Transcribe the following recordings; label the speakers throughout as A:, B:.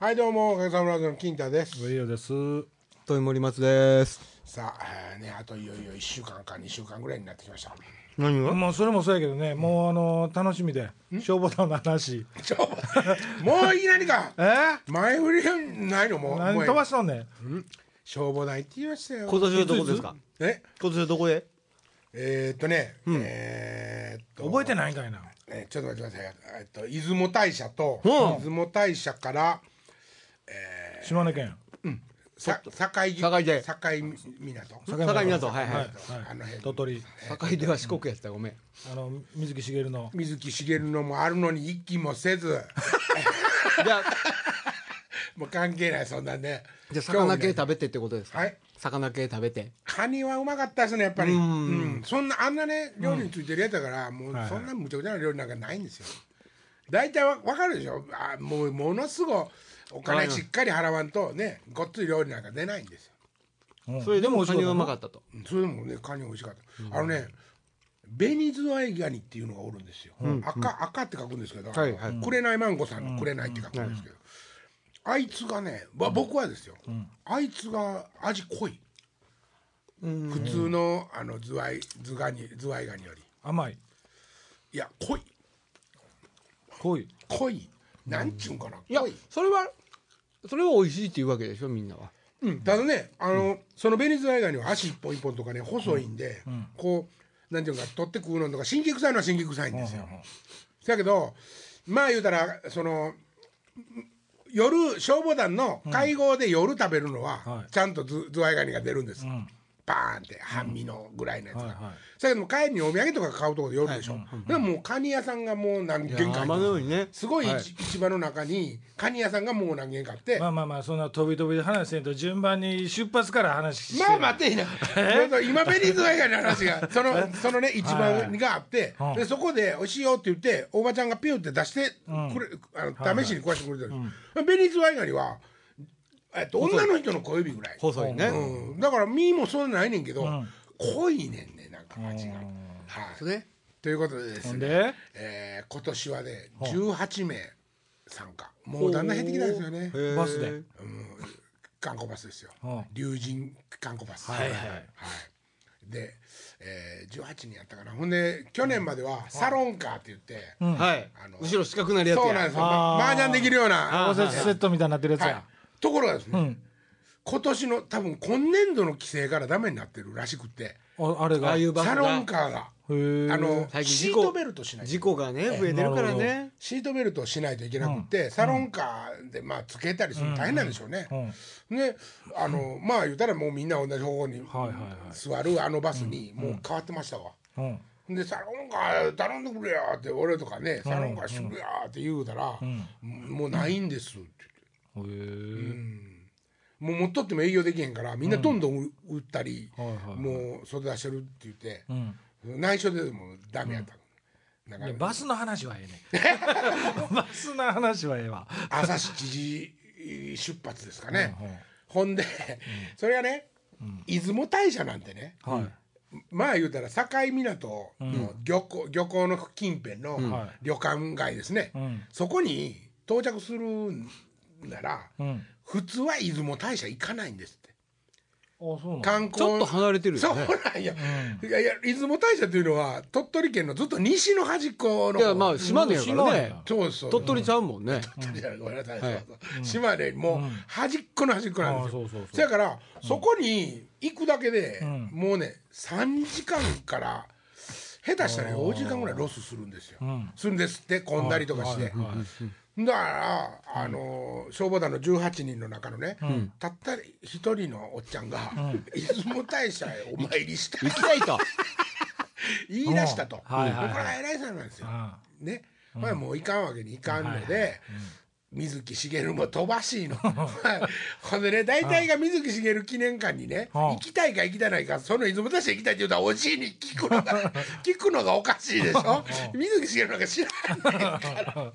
A: はいどうもおかげさまラジオの金太です
B: ウェイヨです。
C: 豊森松です
A: さあねあといよいよ1週間か2週間ぐらいになってきま した
C: 何が
B: もうそれもそうやけどね、もうあの楽しみで、消防団の話。
A: ちょもういきなりか
B: えー？
A: 前振りないのもうも
B: 何
A: う
B: 飛ばしとんねん。
A: 消防団行ってきましたよ
C: 今年はどこですか
A: え
C: 今年はどこへ
A: えー、っとね、えー、っと
B: 覚えてないんかいな。
A: えーちょっと待ってくださいえーっと出雲大社と、
C: うん
A: 出雲大社から
B: 島根県。
A: さ境ぎ
C: 境で
A: 境港
C: 境
B: 港
C: 港はいはい、
B: はい
A: あの辺
B: 鳥取。
C: 境では四国やった ごめん
B: あの水木しげるの。
A: 水木しげるのもあるのに一気もせ ず
C: じゃあ
A: もう関係ないそんなんね
C: じゃあ魚系食べてってことですか
A: はい
C: 魚系食べて
A: カニはうまかったですねやっぱりうん、そんなあんなね料理についてるやつだから、もうそんなむちゃくちゃな料理なんかないんですよ大体わ分かるでしょあもうものすごいお
C: わか
A: 金
C: ります
A: しっかり払わんとねごっつい料理なんか出ないんですよ
B: うん
C: それでもカニはうまか
B: か
C: ったと
A: うんそれでもねカニ美味しかった、あのねベニズワイガニっていうのがおるんですよ、赤赤って書くんですけど、
C: はいはい
A: 紅マンゴさんの紅って書くんですけど、あいつがね、わ僕はですよ、あいつが味濃い、普通のあのズワイズガニズワイガニより
B: 甘い。
A: いや濃い
B: 濃い。
A: 濃いなんちゅうんかな、
C: いや
A: 濃い、
C: それはそれは美味しいって言うわけでしょみんなは
A: うん、ただねあの、そのベニズワイガニは足一本一本とかね細いんで、こうなんていうか取って食うのとか神経臭いのは神経臭いんですよ、だけどまあ言うたらその夜消防団の会合で夜食べるのは、
B: はい
A: ちゃんとズズワイガニが出るんです、
B: ん
A: バーンって半身のぐらいのやつが、
B: はいはい
A: だけど帰りにお土産とか買うとこで夜でしょ、でももうカニ屋さんがもう何軒かあ
C: 山の
A: る
C: ようにね
A: すごい市,、
B: はい
A: 市場の中にカニ屋さんがもう何軒かあって、
B: まあまあまあそんな飛び飛びで話せんと順番に出発から話して。
A: まあ待ていな今ベニズワイガニの話 がそのそのね一番があって
B: はい
A: でそこで「おいしいよ」って言っておばちゃんがピュンって出して
B: うん
A: くれ、あの試しに食わしてくれてる、ベニズワイガニは、えっと、女の人の小指ぐらい、
C: 細いね、
A: うん、だから身もそんなないねんけど、
B: ん
A: 濃いねんねなんか味が。はい、
C: そうね
A: ということでです
B: ほん
A: ね、
B: で。
A: えー今年はね18名参加もうだんだん減ってきたんですよね
C: へー
B: バスで
A: 観光バスですよ
B: うん
A: 龍神観光バス
B: はいはい
A: で、えー、18人やったかなほんで去年まではサロンカーって言って、
C: はい
A: あの
C: 後ろ四角なるやつや
A: そうなんですよ
B: あ
A: マ
B: ー
A: ージャンできるような
B: 合接セットみたいになってるやつ
A: はい
B: や。、
A: ところがですね、
B: ん
A: 今年の多分今年度の規制からダメになってるらしくって
B: ああれが。
C: ああいうバス
A: サ
C: が
A: ロンカーが
B: へー
A: あの
C: 最近
A: シ
C: 事
A: ー
C: 故
A: トベルトしない
C: 事故がね増えてるからね
A: シートベルトをしないといけなくて、サロンカーでまあつけたりするの大変なんでしょうね。であのまあ言うたらもうみんな同じ方向に
B: はいはいはい
A: 座るあのバスにもう変わってましたわ。
B: うん。
A: でサロンカー頼んでくれよって俺とかねサロンカーしてくれよって言うたら、もうないんですって
B: へー
A: 言ってもう持っとっても営業できへんからみんなどんどん売売ったり、
B: はいはいはい
A: もう袖出してるって言って、
B: うん。
A: 内緒でもダメやった、なんか
B: いやバスの話はええねんバスの話はええわ
A: 朝7時出発ですかね、ほんで、それがね、出雲大社なんてね、
B: はい
A: まあ言うたら境港の漁港,、漁港の近辺の
B: はい
A: 旅館街ですね、
B: ん
A: そこに到着するなら、
B: ん
A: 普通は出雲大社行かないんですって
B: あそうな
A: 観光
C: ちょっと離れてる
A: そ
C: よ
A: う
C: ね
A: なんや、いやいや出雲大社というのは鳥取県のずっと西の端っこの
C: いやまあ島根やから
B: 島根
C: ね
B: や
A: そうそう
C: 鳥取ちゃうもんね、
A: じゃあごめんなさい、
C: はい
A: そうそう島根もう端っこの端っこなんですよ、
B: ああそうそうそう
A: せやから、そこに行くだけで、
B: ん
A: もうね3時間から下手したら4時間ぐらいロスするんですよ、
B: ん
A: するんですってこんだりとかして、
B: はいはい
A: だからあのー消防団の18人の中のね、たった一人のおっちんが、 出雲大社へお参りした
C: 行きたいと
A: 言い出したと、
B: うんはいはいはい
A: これは偉いさんなんですよ、
B: あ
A: ね、まあもういかんわけにいかんので、水木しげるも飛ばしい のほんでね大体が水木しげる記念館にね
B: うん
A: 行きたいか行きたないかその出雲大社行きたいって言うたらおじいに聞くのが 聞くのがおかしいでしょ水木しげるなんか知らんねんから。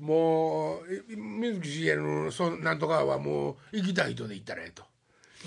A: もうい水木しげるのそんなんとかはもう行きたい人で行ったらええと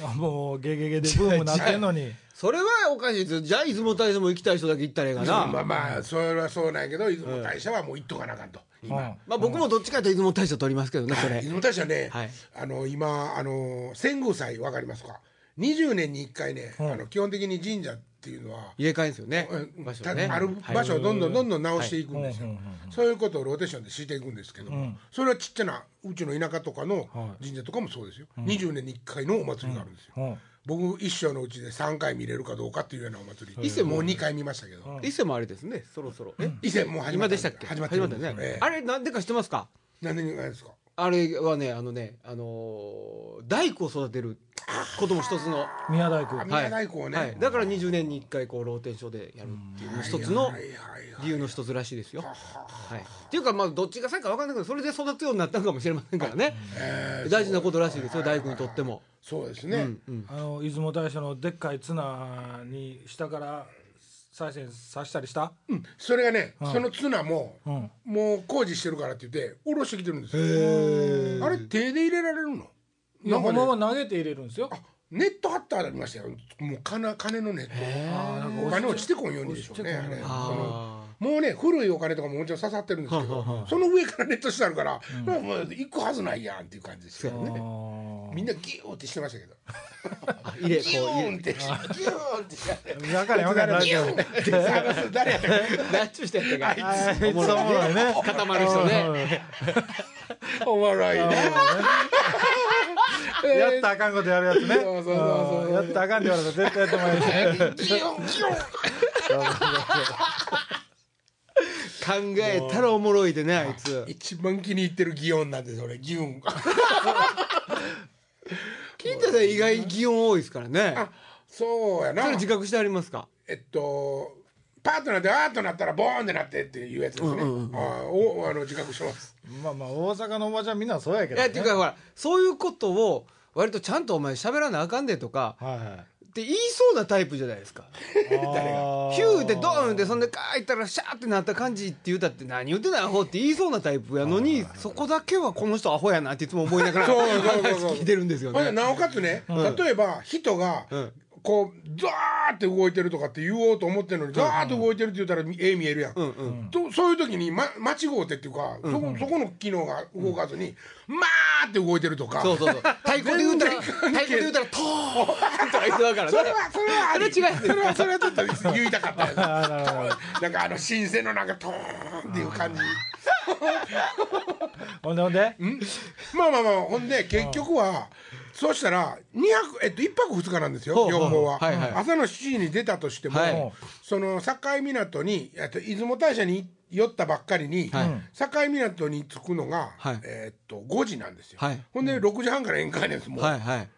B: あもうゲゲゲでブームなってんのに
C: それはおかしいですよじゃあ出雲大社も行きたい人だけ行ったらええかな、
A: まあまあそれはそうなんやけど出雲大社はもう行っとかなあかんと今、
B: うん
C: まあ、僕もどっちかというと出雲大社取りますけどね これ
A: 出雲大社ね、
C: はい
A: あの今あの戦宮祭わかりますか20年に1回ね、あの基本的に神社っていうのは
C: 入れ替えですよね
A: うん
C: 場所ね
A: たある場所をどんどんどんどん直していくんですよ、
B: はいうんうん
A: そういうことをローテーションでしていくんですけども、それはちっちゃなうちの田舎とかの神社とかもそうですよ、20年に1回のお祭りがあるんですよ、
B: うん
A: 僕一生のうちで3回見れるかどうかっていうようなお祭り
C: 伊勢も
A: もう2回見ましたけど
C: 伊勢もあれですねそろそろ、え
A: 伊勢もう始ま
C: 今
A: った
C: でしたっけ
A: 始まってるんですよ
C: ね、
A: ええ
C: あれなんでか知ってますか
A: 何年ぐらいですか
C: あれはねあのねあのー大工を育てることも一つの、
B: 宮大工
A: あ宮大工をね、
C: はい、だから20年に1回こうローテーションでやるっていう一つの
A: はいはいはいはい
C: 理由の一つらしいですよ。はい、っていうかまあどっちが先か分かんないけどそれで育つようになったのかもしれませんからね、
A: ええ
C: 大事なことらしいですよ大工にとっても。
A: そうですね、
B: あの出雲大社のでっかい綱に下から再生さしたりした
A: うんそれがね、そのツナも、
B: ん
A: もう工事してるからって言って下ろしてきてるんですよあれ手で入れられるの
B: いや
A: なんか
B: ほん
A: ね
B: まは投げて入れるんですよ
A: ネット張ってありましたよもう金金のネッ
B: あーなん
A: トお
B: か
A: 金落ちてこんようにでしょうね
B: 落ちてこん
A: あ
B: ように
A: れその
C: あ
A: もうね古いお金とかももちろん刺さってるんですけど、
C: はあは
A: その上からネットしてあるから、もう行くはずないやんっていう感じですよ
B: あ
A: ね
B: ー
A: みんなギューってしてましたけど
C: あ入れこう
A: ギュ
C: 入
A: ー
C: れ
A: ンってギューンってして
B: わかんないわかんない
A: ギューンって探す誰やったっけ
C: ラッチュしてやってるから
A: あいつ
B: いつもおもろいね
C: 固まる人ね。
A: おもろいね
B: うんやったらあかんことやるやつね
A: そうそうそうそう
B: うんやったらあかんって言われたら絶対やってもらえない
A: ギューンギューン
C: 考えたらおもろいでねあいつ
A: 一番気に入ってる擬音なんです俺擬音が
C: 金田さん意外擬音多いですからね
A: そうやな
C: それ自覚してありますか
A: えっとパートナーであーっとなったらボーンってなってっていうやつですね、あーおあの自覚してます
B: まあまあ大阪のおばちゃんみんなそうやけ
C: い
B: ど
C: や
B: ね
C: っていうかほらそういうことを割とちゃんとお前喋らなあかんでとか
B: はいはい
C: って言いそうなタイプじゃないですか
B: 誰が
C: ヒューってドーンってそんでカーいったらシャーってなった感じって言うたって何言ってないアホって言いそうなタイプやのにそこだけはこの人アホやなっていつも思いながら
A: そうそうそう
C: 話
A: そう
C: 聞いてるんですよ
A: ほんで
C: ね
A: なおかつね、例えば人が
C: ん
A: こうザーって動いてるとかって言おうと思ってるのにザーって動いてるって言ったら絵見えるやん、
C: うんうん
A: とそういう時に、ま、間違うてっていうか、そこそこの機能が動かずに「まあ」って動いてるとか
C: そうそうそう太鼓で言うたら
A: 全然
C: 太鼓で言うたらトーンとか言ってたから
A: そ
C: ね
A: れはそれはあり
C: それ違う
A: それはそれはちょっと言いたかったやつなんかあの新鮮のなんかトーンっていう感じ
B: ほんでほんで
A: まあまあまあほんで結局はそうしたら2泊えっと1泊2日なんですよ
C: ほう
A: 両方は
C: はいはい
A: 朝の7時に出たとしても
C: はい
A: その境港にえっと出雲大社に寄ったばっかりに境
C: はい
A: 港に着くのが
C: はい
A: えっと5時なんですよ
C: はい
A: ほんで6時半から宴会なんですもう
C: はいはい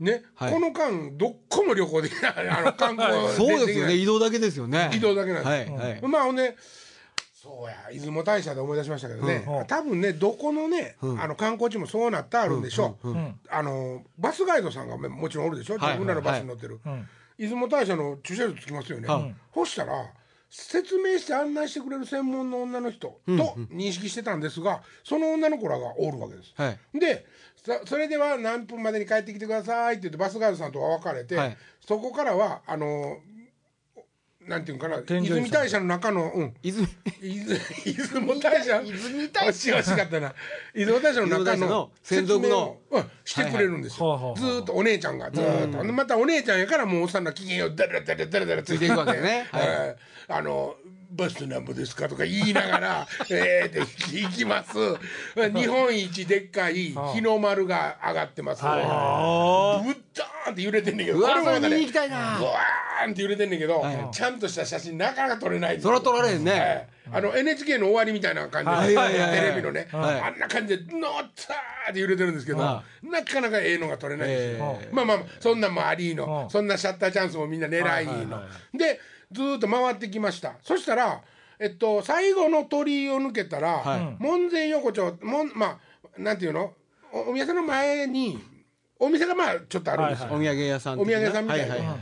A: ね、
C: はい
A: この間どっこも旅行できないあの観光
C: そうです
A: き
C: よ
A: な
C: ね
A: い
C: 移動だけですよね
A: 移動だけなんです
C: はいはい
A: まあほんでそうや出雲大社で思い出しましたけどね、
B: うん
A: 多分ねどこのね、あの観光地もそうなってあるんでしょう、
B: ん
A: あのバスガイドさんがももちろんおるでしょ、
C: はい
A: 自分らのバスに乗ってる、
B: うん
A: 出雲大社の駐車場着きますよね、そしたら説明して案内してくれる専門の女の人と認識してたんですがその女の子らがおるわけです、
C: はい
A: でそそれでは何分までに帰ってきてくださいって言ってバスガイドさんとは別れて、
C: はい
A: そこからはあのなんていうんかな
B: 添乗員さん
A: 泉大社の中の、うん、
C: 泉
A: 出雲出雲大社
C: 泉大
A: 社惜しかったな出雲大社の中
C: 出雲大社の
A: の
C: 専
A: 説
C: 属の
A: 明をうんしてくれるんですよ、
B: はいはい
A: ずーっとお姉ちゃんがずーっと、でまたお姉ちゃんやからもうおっさんの機嫌をダラダラダラダラついていくわけ
C: ついていくわけね
A: えーあのバスなんぼですかとか言いながら「えーって行きます日本一でっかい日の丸が上がってます」
B: はいはい
A: ぶっどーんって揺れてんねんけど
C: うわ
A: これもまた
C: それ
A: ね
C: 見に行きたいな
A: ぶわーんって揺れてんねんけど、ちゃんとした写真なかなか撮れないんです
C: そ
A: よ
C: ら取られへんね
A: はいあの NHK の終わりみたいな感
C: は
A: じ
C: い
A: で、
C: はいはいはい
A: テレビのね、
C: はい
A: あんな感じで「乗った!」って揺れてるんですけど、
C: は
A: なかなかええのが撮れないんですよ、
B: え
A: まあまあまあそんなんもありの、
B: うん
A: そんなシャッターチャンスもみんな狙いの、でずーっと回ってきましたそしたら、えっと、最後の鳥居を抜けたら、
C: は
A: 門前横丁門まあなんていうのおお店の前にお店がまあちょっとあるんですよ、
B: はい
C: お土産屋さん的
A: お
C: な
A: 土産屋さんみたいな
C: ははは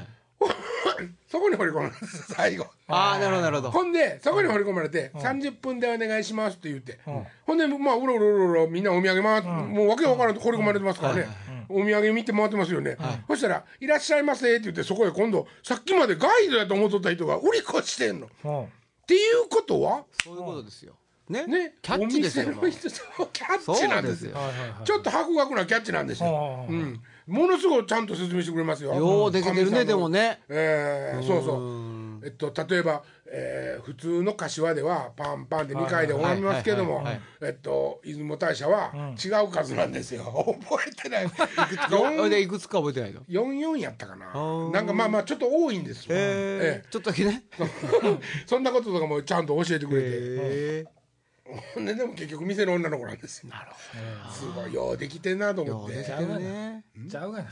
A: そこに掘り込まれます最後。
C: ああなるほどなるほど
A: ほんでそこに掘り込まれて「30分でお願いします」って言ってほんでまあうろうろうろうろみんなお土産まあもうわけわからんと掘り込まれてますからねお土産見て回ってますよね、そしたら「いらっしゃいませ」って言ってそこへ今度さっきまでガイドだと思っとった人が売り越してんの。っ
B: うん
A: ていうことは
C: そういうことですよ。ね。
A: ね
C: キャッチですよ
A: お店の人そうキャッチなんですよ
C: そう
B: はいはいはい
A: ちょっと博学なキャッチなんですよ、
B: う
A: うんん、ものすごいちゃんと説明してくれますよ
C: ようできて
A: 神
C: るね
A: 様の
C: でもね
A: えーそうそうえっと例えば、えー普通の柏ではパンパンで2回で終わりますけど
C: はい
A: も
C: はいはい
A: えっと出雲大社は違う数なんですよ 覚えてない
C: それ
A: 4
C: でいくつか覚えてないの。
A: 44やったかな
C: ー
A: なんかまあまあちょっと多いんですよ、
C: え
A: え
C: ーちょっとだけね。
A: えそんなこととかもちゃんと教えてくれて、
C: え
A: ほんででも結局店の女の子なんですよすごいようできてんなと
C: ーよ
A: 思っ
C: う
A: て
C: できてるね。
B: ちゃうがな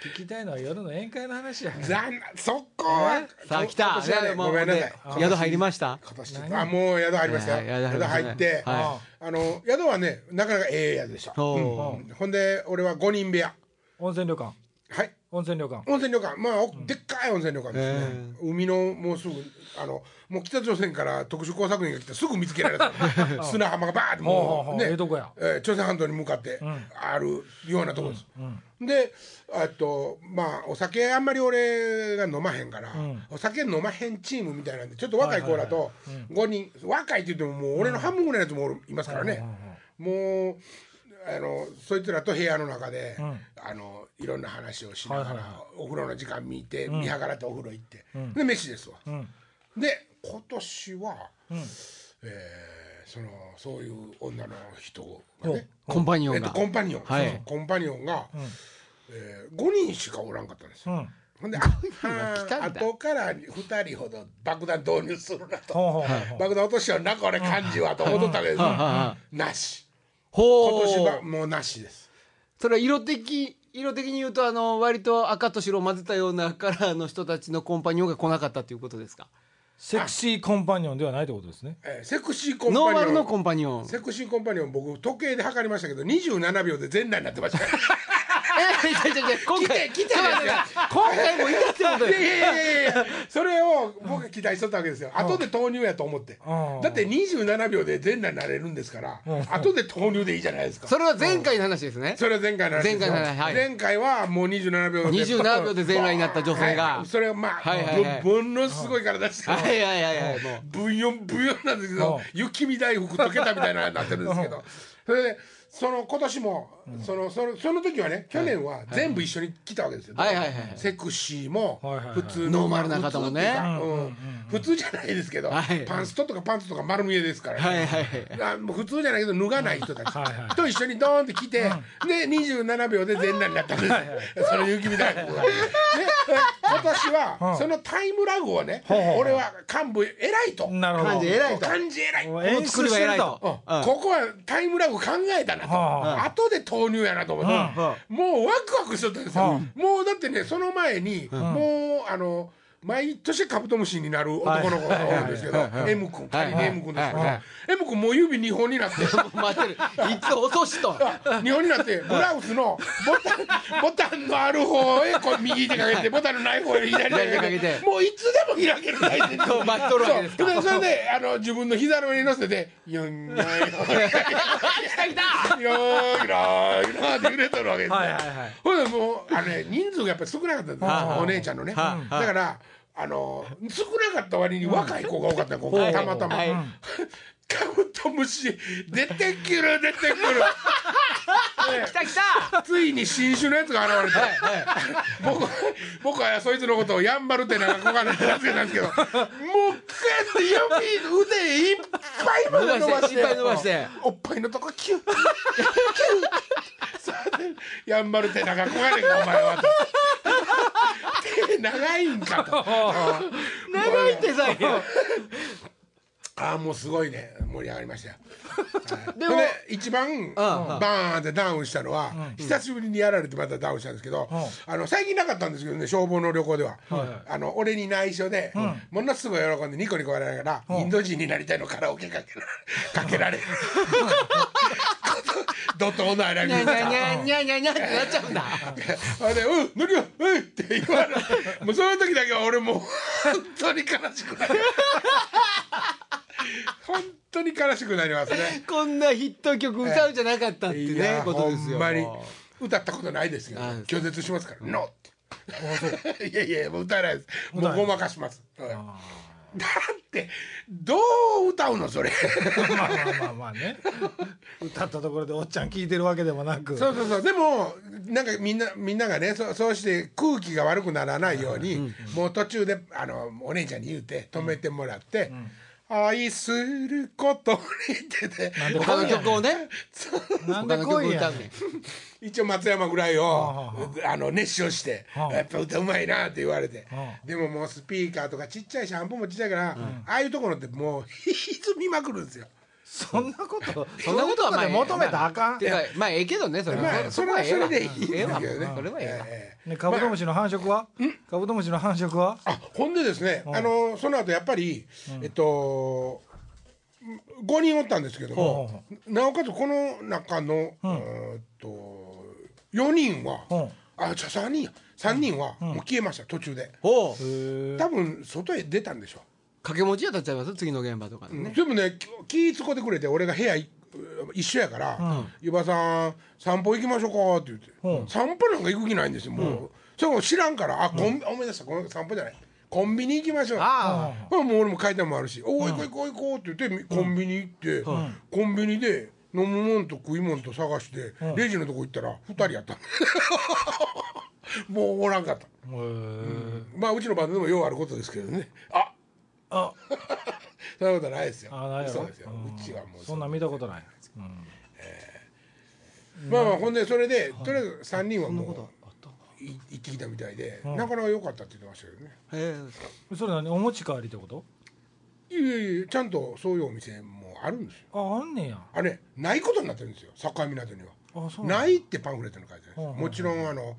B: 聞きたいのは夜の宴会の話や
A: 残念そこは
C: さあ来た。
A: 私はね
C: ねも
A: ご
C: う
A: めんなさい
C: ね宿入りました。
A: 今年あもう宿入りましたよ、
C: はいはい宿
A: 宿
C: 入りましたね
A: 入って、
C: は
A: あの宿はねなかなかええ宿でした、
C: おー
A: うんほんで俺は5人部屋
B: 温泉旅館
A: はい
B: 温泉旅館
A: 温泉旅館まあ、おでっかい温泉旅館ですね、海のもうすぐあのもう北朝鮮から特殊工作員が来てすぐ見つけられ た砂浜がバーって
B: ほうほう
A: も
B: ほ
A: う
B: うええとこや
A: えー朝鮮半島に向かってあるようなとこです、であとまあお酒あんまり俺が飲まへんから、お酒飲まへんチームみたいなんでちょっと若い子らと5人、若いって言ってももう俺の半分ぐらいのやつもおるいますからね、もうあのそいつらと部屋の中で、あのいろんな話をしながら、お風呂の時間見て、見計らってお風呂行って、で飯ですわ、で今年は、えーそのそういう女の人がね
C: コンパニオ
A: えっ
C: ン
A: と
C: が。
A: コンパニオン、
C: はい
A: そうコンパニオンが、えー、5人しかおらんかったんですよ、
B: うん
A: ほん で
C: 来たん
A: あ
C: だ
A: 後から2人ほど爆弾導入するなと、
B: ほうほうほうほう
A: 爆弾落としようなこれ感じはと思っとったわけですよ、
C: は
A: なし今
C: ほ
A: 年は
C: う。
A: もうなしです
C: それは色的色的に言うとあの割と赤と白を混ぜたようなカラーの人たちのコンパニオンが来なかったということですか。
B: セクシーコンパニオンではないってことですね
A: えーセクシーコンパニ
C: ノ
A: オン
C: ーマルのコンパニオン。
A: セクシーコンパニオン僕時計で測りましたけど27秒で全裸になってましたから
C: えいやいやいや今回
A: 来て来てですよ
C: ちょっと待って今回もいたってこ
A: いやい
C: とで。
A: やいやいやそれを僕が期待しとったわけですよ後で豆乳やと思って
B: うん
A: だって27秒で全裸になれるんですから後で豆乳でいいじゃないですか
C: それは前回の話ですね。
A: それは前回の話ですよ
C: 前回の話はい
A: 前回はもう27秒で
C: 27秒で全裸になった女性が
A: はいそれはまあ、
C: はいはいはい
A: もものすごい体してる
C: はいはいはいはいもう。
A: ブヨンブヨンなんですけ
B: う
A: ど
B: ん
A: 雪見大福溶けたみたいなのになってるんですけどそれでその今年もそのそのその時はね去年は全部一緒に来たわけですよ、
C: はいはいはい
A: セクシーも
B: はいはいはい
A: 普通
C: ノーマルな方もね
A: 普通っていうかうん普通じゃないですけど、
C: はい
A: パンストとかパンツとか丸見えですから、ね
C: はいはいはい。
A: あもう普通じゃないけど脱がない人たち
B: はいはい
A: と一緒にドーンって来て、で27秒で全裸になったんです、その雪見大福が。で今年はそのタイムラグをね、
B: うほう
A: 俺は幹部偉いと
B: なるほど
C: 感じ偉いと。
A: 感じ偉い、うん
B: もう
C: この
B: 演
C: 作
B: 出
C: り
B: し
C: は
B: て
C: 偉
B: る
C: いと
B: と。
A: ここはタイムラグ考えたなと、
B: は
A: 後で投入やなと思って、もうワクワクしとったんですよ、
B: はあ
A: もうだってねその前に、もうあの毎年カブトムシになる男の子が多いんですけど、M 君仮に M 君ですけど、
C: はいはい
A: M 君もう指2本になって。
C: 待ってる。いつ落としと。
A: 日本になってブラウスのボタンボタンのある方へこう右手かけてボタンのない方へ左手かけ
C: 左手かけ
A: て
C: て
A: もういつでも開ける大事
C: そう待っとるわけですか
A: そうそれであの自分の膝の上に乗せて「よんよんよんよんよんよ
C: 来た
A: ん」って揺れとるわけですよ
B: はいはいはい
A: ほんでもうあの、ね、人数がやっぱり少なかったんですよ
C: はい
A: お姉ちゃんのねだ
C: は
A: か
C: い
A: らあの少なかった割に若い子が多かったここ
C: はい
A: たまたま
C: はい
A: カブトムシ出てく る出てくる
C: 来た来た。
A: ついに新種のやつが現れて、僕は僕はそいつのことをヤンバルって名が小金で名付けたんですけどもうこうやって指腕いっぱいまで伸ばして
C: 伸ばしていっぱい伸ばして
A: おっぱいのとこキュッキュッそれでヤンバルって名が小金かお前はと。手長いんか と
C: 長いってさ。
A: ああもうすごいね盛り上がりましたよで
C: でも。
A: 一番バーンってダウンしたのは、久しぶりにやられてまたダウンしたんですけど、あの最近なかったんですけどね消防の旅行では、あの俺に内緒で、ものすごい喜んでニコニコ笑いながら、インド人になりたいのカラオケかけらかけ られる怒涛の荒
C: にゃ
A: 波
C: にゃにゃにゃにゃにゃってなっちゃうんだ。
A: あれで「うん乗るようん」って言われるもうその時だけは俺もう本当に悲しくなる本当に悲しくなりますね
C: こんなヒット曲歌うんじゃなかったって
A: い
C: ね
A: や
C: ことですよ。
A: ほんまに歌ったことないですけど
C: あ
A: 拒絶しますから「ノーって いやいやもう歌えないですもうごまかしますはいだってどう歌うのそれ
B: まあまあまあまあね歌ったところでおっちゃん聞いてるわけでもなく
A: そうそうそうでもなんかみんなみんながねそうそうして空気が悪くならないように、もう途中であのお姉ちゃんに言うて止めてもらって「愛することに」ってね
B: なんで
C: 他の曲をね
B: なん
C: 他
B: で
C: の
B: 来
C: 曲
B: い
C: 歌
B: や
C: う
B: ねん
C: ねん
A: 一応松山ぐらいを
B: は
A: あの熱唱して
B: はあ
A: やっぱ歌うまいなって言われて
B: はあ
A: でももうスピーカーとかちっちゃいしアンプもちっちゃいからああいうところってもう歪みまくるんですよ。
B: そんなこと
C: そんなことはまあ
B: そんなとこで求めたらあかん
C: てかまあええけどねそれ
A: まあ
C: は
A: それは
C: ええ
A: そ
C: わ
A: れでいいん
C: ええ
A: だ
C: わ
A: けどね。
C: それはええわ
A: ええ
B: ねカブトムシの繁殖はカブトムシの繁殖は
A: あほんでですね、あのその後やっぱり、えっと5人おったんですけども、なおかつこの中の、えーっと4人は、
B: うん
A: あじゃあ3人や3人はもう消えました途中で
C: おう
A: 多分外へ出たんでしょ
C: 掛け持ちやったっちゃいます次の現場とかで
A: う、
C: ね
A: でもね気気使ってくれて俺が部屋い一緒やから「湯、葉、さん散歩行きましょうか」って言って、散歩なんか行く気ないんですよもう、それも知らんから「あコンビ、思い出したごめんなさい散歩じゃないコンビニ行きましょう」
C: あ
A: まあ、もう俺も階段もあるし「おお行こう行こう行こう」って言ってコンビニ行って、コンビニで飲むもんと食いもんと探して、レジのとこ行ったら2人やったもうおらんかったまあうちのバンドでもようあることですけどねあ
B: あ
A: そんなことないですよ
B: あないやろ
A: そうですようちはもう
B: そんなん見たことない
A: まあまあほんでそれでとりあえず3人はもうい行ってきたみたいで、なかなか良かったって言ってましたけどね
C: あへ
B: それ何お持ち帰りってこと
A: いやいやいやちゃんとそういうお店もあるんですよ
B: ああんねや
A: あれないことになってるんですよ境港には。
B: あそう
A: ないいってパンフレットに書いてあるんですもちろんあの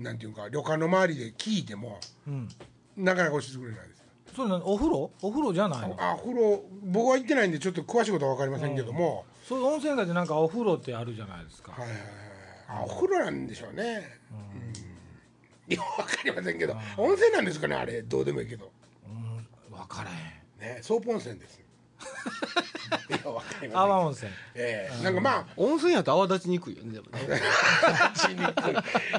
A: なんていうか旅館の周りで聞いても
B: うん
A: なかなか教えてくれないです
B: それ何お風呂お風呂じゃないの
A: あ風呂僕は行ってないんでちょっと詳しいことは分かりませんけども、
B: そういう温泉街でなんかお風呂ってあるじゃないですか
A: はいはいはいあお風呂なんでしょうね、うん、いや分かりませんけど温泉なんですかねあれどうでもいいけど
B: 分からへん
A: ねソープ温泉ですいや分かりま
B: 阿
A: せん
B: 波温泉
A: ええなんかまあ
C: え温泉やと泡立ちにくいよねでもね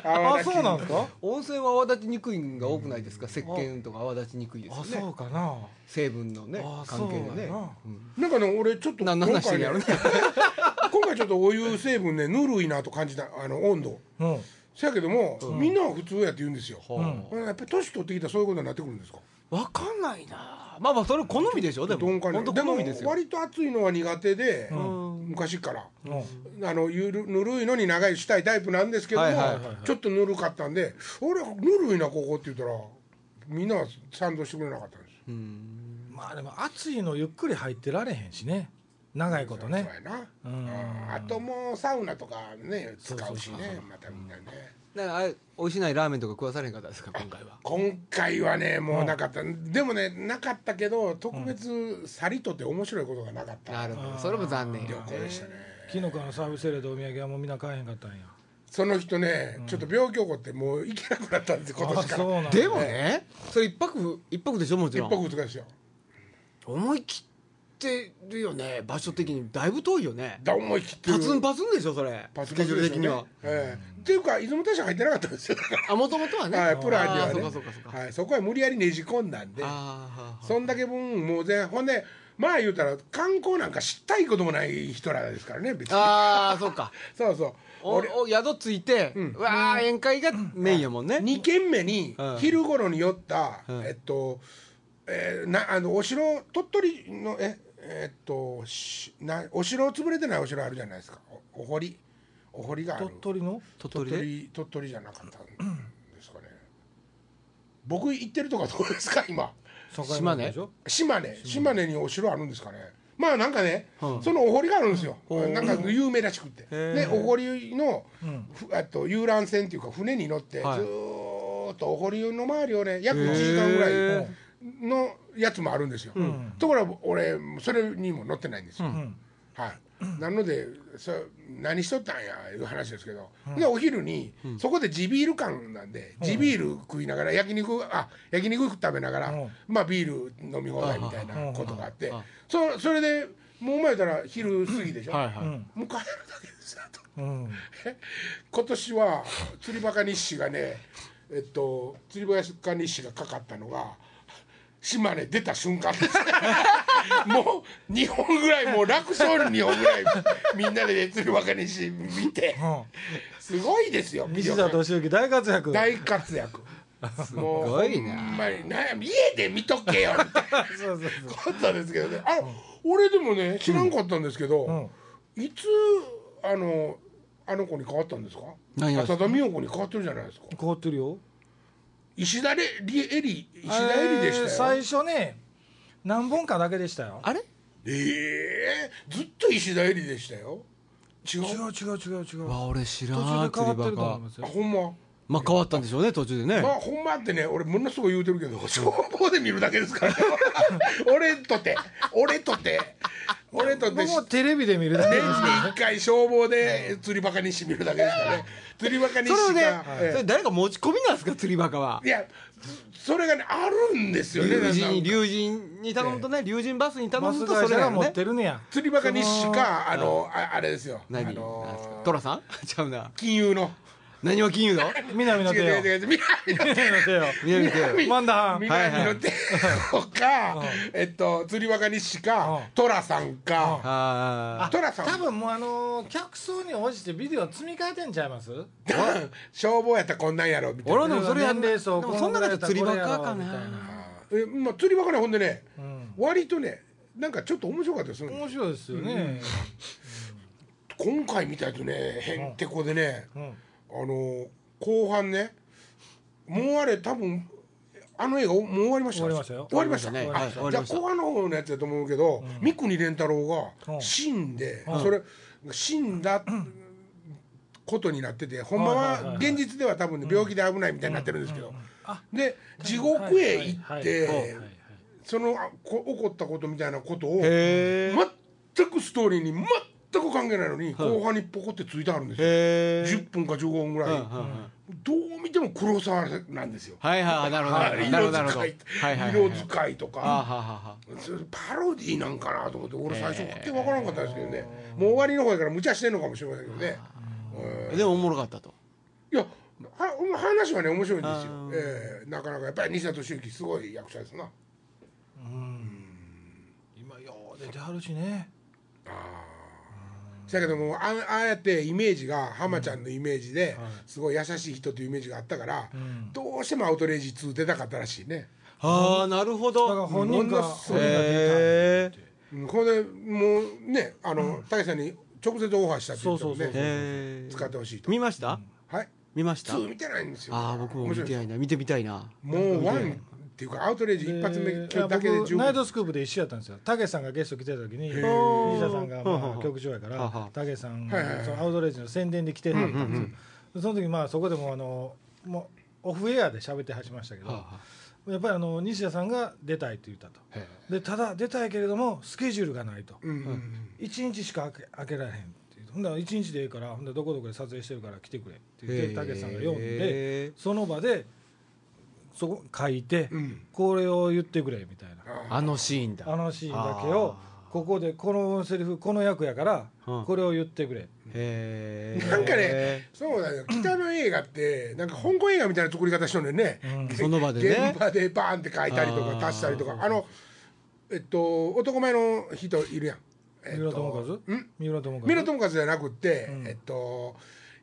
A: 泡
B: あ
A: 立ち
B: そうなんですか
C: 温泉は泡立ちにくいんが多くないですか石鹸とか泡立ちにくいです
B: あ
C: よ
B: そ
C: ね
B: うかな
C: 成分のね
B: あ
C: 関係でね
A: なんかね俺ちょっと
C: ななんなんしてんやろね
A: 今回ちょっとお湯成分ねぬるいなと感じたあの温度
B: そうなんや
A: せやけども、みんなは普通やって言うんですよ、
C: ん
A: これやっぱり年取ってきたらそういうことになってくるんですか
C: わかんないなまあまあそれ好みでしょでも
A: 鈍感
C: 本当
A: にで
C: 好
A: も
C: みですよ
A: 割と熱いのは苦手で、昔から、あのゆるぬるいのに長いしたいタイプなんですけども、
C: はいはいはいは
A: ちょっとぬるかったんで俺はぬるいなここって言ったらみんなは賛同してくれなかったんですよ、
B: うんまあでも暑いのゆっくり入ってられへんしね長いことね
A: そうやな、うんあともうサウナとかね使うしねまたみんなね
C: なんかあれ美味しないラーメンとか食わされへんかったですか今回は
A: 今回はねもうなかった、でもねなかったけど特別さりとて面白いことがなかった、
C: なるほどそれも残念よ
A: 旅行でしたね
B: キノコのサービスエリアでお土産はもうみんな買えへんかったんや
A: その人ね、ちょっと病気起こってもう行けなくなったんですよ今
B: あ
A: 年から
B: そうなんや
C: でもねそれ一泊一泊でしょもち
A: 一
C: ろ
A: 泊
C: ん
A: 二日ですよ
C: 思い切ってるよね場所的にだいぶ遠いよね
A: だ思い切って
C: パツンパツンでしょそれ
A: パツ
C: ス
A: ン
C: ケ
A: パツンでし
C: ジュール
A: ょ
C: 的
A: う
C: には
A: ねええっていうか出雲大社入ってなかったんですよだか
C: あもともとはね
A: ら、はい、プランには
C: あ
A: ね
C: ーそうかそうかそうか
A: はい、そこは無理やりねじ込んだんで
C: あ
A: そんだけ分もう全ほんでまあ言うたら観光なんか知ったいこともない人らですからね別
C: ー
A: に
C: あーそうか
A: そうそう
C: お
A: 俺
C: お宿ついて、うわあ宴会がメインやもんね、
A: 2軒目に
C: うん
A: 昼頃に寄った、
C: ん
A: えっと、えーなあのお城鳥取のええっとしなお城潰れてないお城あるじゃないですかおお堀お堀がある
B: 鳥取の
C: 鳥
A: 鳥
C: 取で
A: 取鳥取じゃなかったんですかね僕行ってるとかどこですか今
B: 島根でしょ
A: 島根島根にお城あるんですかねまあなんかね、
C: うん
A: そのお堀があるんですよ、なんか有名らしくってでお堀の、ふあと遊覧船っていうか船に乗って、
C: はい
A: ずーっとお堀の周りをね約1時間ぐら
C: へ
A: いのやつもあるんですよ、ところが俺それにも乗ってないんですよ、はい、なのでそ何しとったんやいう話ですけど、でお昼に、そこで地ビール館なんで地ビール食いながら焼肉あ焼肉食べながら、
B: うん
A: まあビール飲み放題みたいなことがあって
C: うん
A: そそれでもう前から昼過ぎでしょ、
C: はいはい
A: もう帰るだけですよあと
B: うん、
A: 今年は釣りバカ日誌がねえっと釣りバカ日誌がかかったのが島根出た瞬間です もう2本ぐらいもう楽勝に2本ぐらいみんなで釣りバカ日誌見てすごいですよ
B: 西田敏行大活躍
A: 大活躍もう
C: ごいな
A: ほんまにな家で見とけよみたいな
B: そうそうそ
A: こ
B: う
A: とですけどねあ、俺でもね知らんかったんですけど、いつあのあの子に変わったんですか
C: 何がですか
A: 浅田美代子に変わってるじゃないですか
B: 変わってるよ
A: 石田れりえり石田えりでしたよ、
B: えー最初ね何本かだけでしたよ
C: あれ
A: ええずっと石田えりでしたよ違う
B: 違う違う違う違う
C: わ俺知ら
B: 途
C: ん
B: 中で変わって
C: 釣
B: る
C: り
B: と
C: バ
B: 思い
C: カ
B: ます
A: あ
B: よ
A: ほんま
C: まあ変わったんでしょうね途中でね、
A: まあほんまってね俺ものすごい言うてるけど消防で見るだけですから、 ね、俺とて俺とて俺とて
B: 僕もテレビで見るだけ
A: 年
B: です
A: に一回消防で釣りバカにし見るだけですからね釣りバカにし
C: それをね、
A: が、ええ
C: それ誰か持ち込みなんですか釣りバカはい
A: やそれがねあるんですよね
C: 龍
A: なん
C: 神
A: か
C: 龍神に頼むとね龍神バスに頼
B: バ
C: む
B: ス
C: とそ
B: 会
C: れ
B: 社
C: だ
B: が
C: よ
B: 持っ
C: ね
B: てるねや
A: 釣りバカ日誌かあのああれですよあ
C: 何、
A: の
C: トラさん ちゃうな
A: 金融の
C: 何は金融の
B: 南の
A: 違う
B: 手よ
A: 違う違う南の
B: 南の手よ
C: 南の手よ
B: マンダハン
A: 南の手とかえっと釣りバカ日誌か
B: うん
A: トラさんか
C: あ
A: トラさん
B: 多分もうあのー客層に応じてビデオ積み替えてんちゃいます
A: 消防やったらこんなんやろみたい
C: 俺
A: な
C: はでもそれやん
B: 年
C: で
B: 齢層
C: もそんな中釣りバカか
B: これやろみたい
C: な
B: な
A: えまあ釣りバカねほんでね割とねなんかちょっと面白かったでするんですよ
B: 面白いですよね
A: 今回みたいとねへんてこでね、
B: ん
A: あの後半ねもうあれ多分あの映画もう終わりました
B: 終わりましたよ
A: 終わりました
C: 終わりま
A: あ
C: したねはい終
A: じ
C: わり
A: ゃあ
C: ました
A: 後半の方のやつだと思うけど、三國連太郎
B: う
A: が
B: ん
A: 死んで、それ死んだことになっててほんま
B: はいはいはい
A: は
B: はい
A: 現実では多分ね病気で危ないみたいになってるんですけど、で地獄へ行っ
B: はいはいはい
A: て
B: はい
A: そのあこ起こったことみたいなことを
C: へー
A: 全くストーリーに全く関係ないのに後半にポコってついてあるんですよ
C: へー
A: 10分か15分ぐらい
C: うんうんうん
A: どう見ても黒沢なんですよ
C: はいはいはいなるほどなるほどなるほど
A: 色
C: はいはいはい
A: 使い色使いと
C: あは
A: か
C: はは
A: パロディーなんかなと思って俺最初わけわからんかったですけどねもう終わりの方やから無茶してんのかもしれませんけどねえ
C: でもおもろかったと
A: ーいやは話はね面白いんですよえーなかなかやっぱり西田敏行すごい役者ですな
B: 今よう出てはるしね
A: だけどもあああやってイメージが浜ちゃんのイメージで、すごい優しい人というイメージがあったから、どうしてもアウトレイジ2出たかったらしいね、
C: ああなるほ
B: だから
C: ど
B: 本人が
A: ものすご
B: 本人
A: い
B: が
C: へー
A: うん、これでもうねあの大さんに直接オファーしたって言ってもね
B: そうそうそう
C: へ
A: 使っ
C: ー
A: てほしいと
C: 見ました
A: はい
C: 見ました
A: 2見てないんですよ
C: ああ僕も見て
A: 面
C: ないな見てみたいな
A: 白いですもう1っていうかアウトレイジ一発目
B: で
A: だけで
B: 僕
A: 十
B: ナイ
A: 分
B: トスクープで一緒やったんですよたけしさんがゲスト来てた時に西
C: ー
B: 田さんが
C: はは
B: ま
C: は
B: あ局長やか
C: はは
B: らたけしさん
A: はいはいはい
B: そのアウトレイジの宣伝で来てはったんですよでその時まあそこでもあのもうオフエアで喋ってはしましたけど
C: は
B: やっぱりあの西田さんが出たいって言ったと
C: へ
B: でただ出たいけれどもスケジュールがないと
A: うんうん
B: 1日しか開け開けられへんって言うとほんだら1日でええからほんだらどこどこで撮影してるから来てくれって言っ
C: へ
B: て
C: ー
B: たけしさんが読んでその場でそこ書いて、
A: うん
B: これを言ってくれみたいな
C: あのシーンだ
B: あのシーンだけをここでこのセリフこの役やから
C: うん
B: これを言ってくれ、
C: へー
A: なんかねそうだよ北の映画ってなんか香港映画みたいな作り方しとんねんね、
C: その場でね
A: 現場でバーンって書いたりとか足したりとかあのえっと男前の人いるやん、えっ
B: 三浦友和
A: と、ん
B: 三浦友和
A: 三浦友和じゃなくって、えっと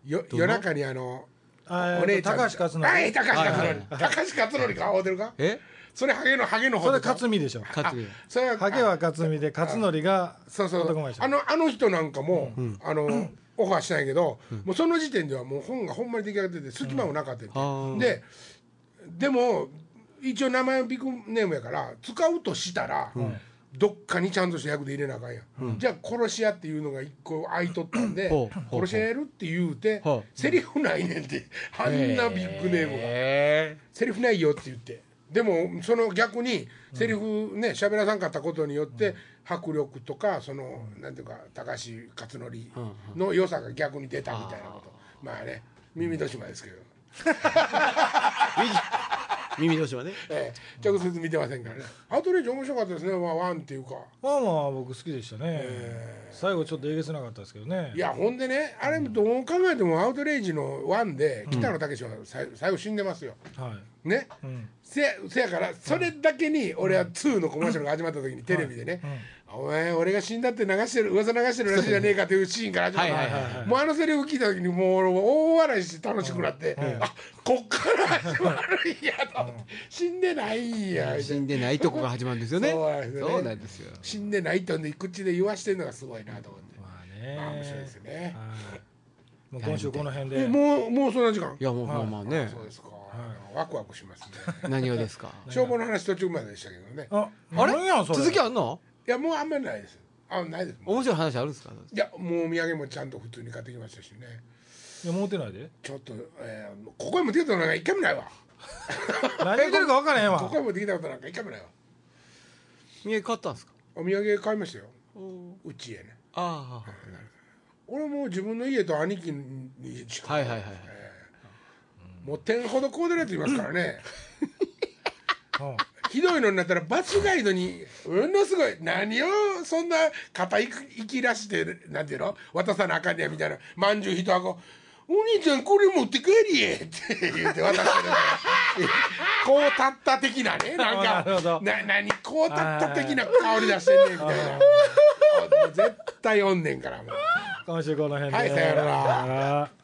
A: よ夜中にあの
B: あー
A: お姉ちゃん
B: 高橋克典
A: はい高橋克
C: はいは
A: 典高橋克典顔合うてるか
C: え
A: それハゲのハゲの
B: そ
A: 方
B: れ
A: でしょ
B: 克実でしょ
C: 勝つ
A: それ
B: ハゲは克実で克典が
A: そうそう
B: 男前でしょ
A: あのあの人なんかも、あの、オファーしたんやけど、もうその時点ではもう本がほんまに出来上がってて隙間もなかったって、
C: うん
A: ででも一応名前はビッグネームやから使うとしたら、どっかにちゃんとした役で入れなあかんや、ん、じゃあ殺し屋っていうのが一個空いとったんで
C: ほうほう
A: 殺し屋やるって言うて
C: ほう
A: セリフないねんってあんなビッグネームが。
C: へ
A: セリフないよって言ってでもその逆にセリフね喋らさんかったことによって迫力とかそのなんていうか高橋克典の良さが逆に出たみたいなことまあね耳戸島ですけど
C: ー 耳同士はね
A: ええ直接見てませんからねアウトレイジ面白かったですねまあワンっていうか
B: まあまあ僕好きでしたね、最後ちょっとえげつなかったですけどね
A: いやほんでねあれどう考えてもアウトレイジのワンで北野武はさい最後死んでますよ
B: は
A: ね
B: い、うん、
A: せやせやからそれだけに俺は2のコマーシャルが始まった時にテレビでね「お前俺が死んだって流してる噂流してるらしいじゃねえか」というシーンから始まった
C: はいはいはい
B: はい
A: もうあのセリフ聞いた時にもう俺大笑いして楽しくなって「あこっから始まるんや」と思って「死んでないんや」みた
C: 死
A: いなん
C: でないとこが始まるんですよね
A: そうなんですよね
C: そうなんですよ
A: 死んでないってほんで口で言わしてるのがすごいなと思って
B: まあね、
A: まあ面白いですよね
B: はいもう今週この辺で
A: えもうもうそんな時間
C: いやもうまあまあね
A: そうですかワクワクし ますね
C: 何をですか
A: 消防の話途中まででしたけどね
B: あ
C: あれ
B: 何やんそれ
C: 続きあんの
A: いやもうあんまりないですあないです
C: 面白い話あるんですか
A: いやもうお土産もちゃんと普通に買ってきましたしね
B: いや持ってな いで
A: ちょっと、えー、ここへ持ってきたことなんか一回もないわ
B: 何言ってるか分からへんわ
A: ここへ持ってきたことなんか一回もないわ
C: 見え買ったんですか
A: お土産買いましたよ
C: お
A: うちへね
C: あ
A: 俺もう自分の家と兄貴にし
C: あ
A: か
C: はいはいはいはい
A: もう点ほどこうでるやついますからね
B: うん
A: ひどいのになったらバスガイドにものすごい何をそんな肩いきらしてなんていうの渡さなあかんねやみたいなまんじゅう一箱「お兄ちゃんこれ持って帰りえ」って言って 渡してるからこうたった的なねなん
B: あなるほ
A: か
B: ど
A: な何こうたった的な香り出してんねんみたいなもう絶対おんねんからもう。
B: 今週この辺で
A: はいさようなら
B: ようなら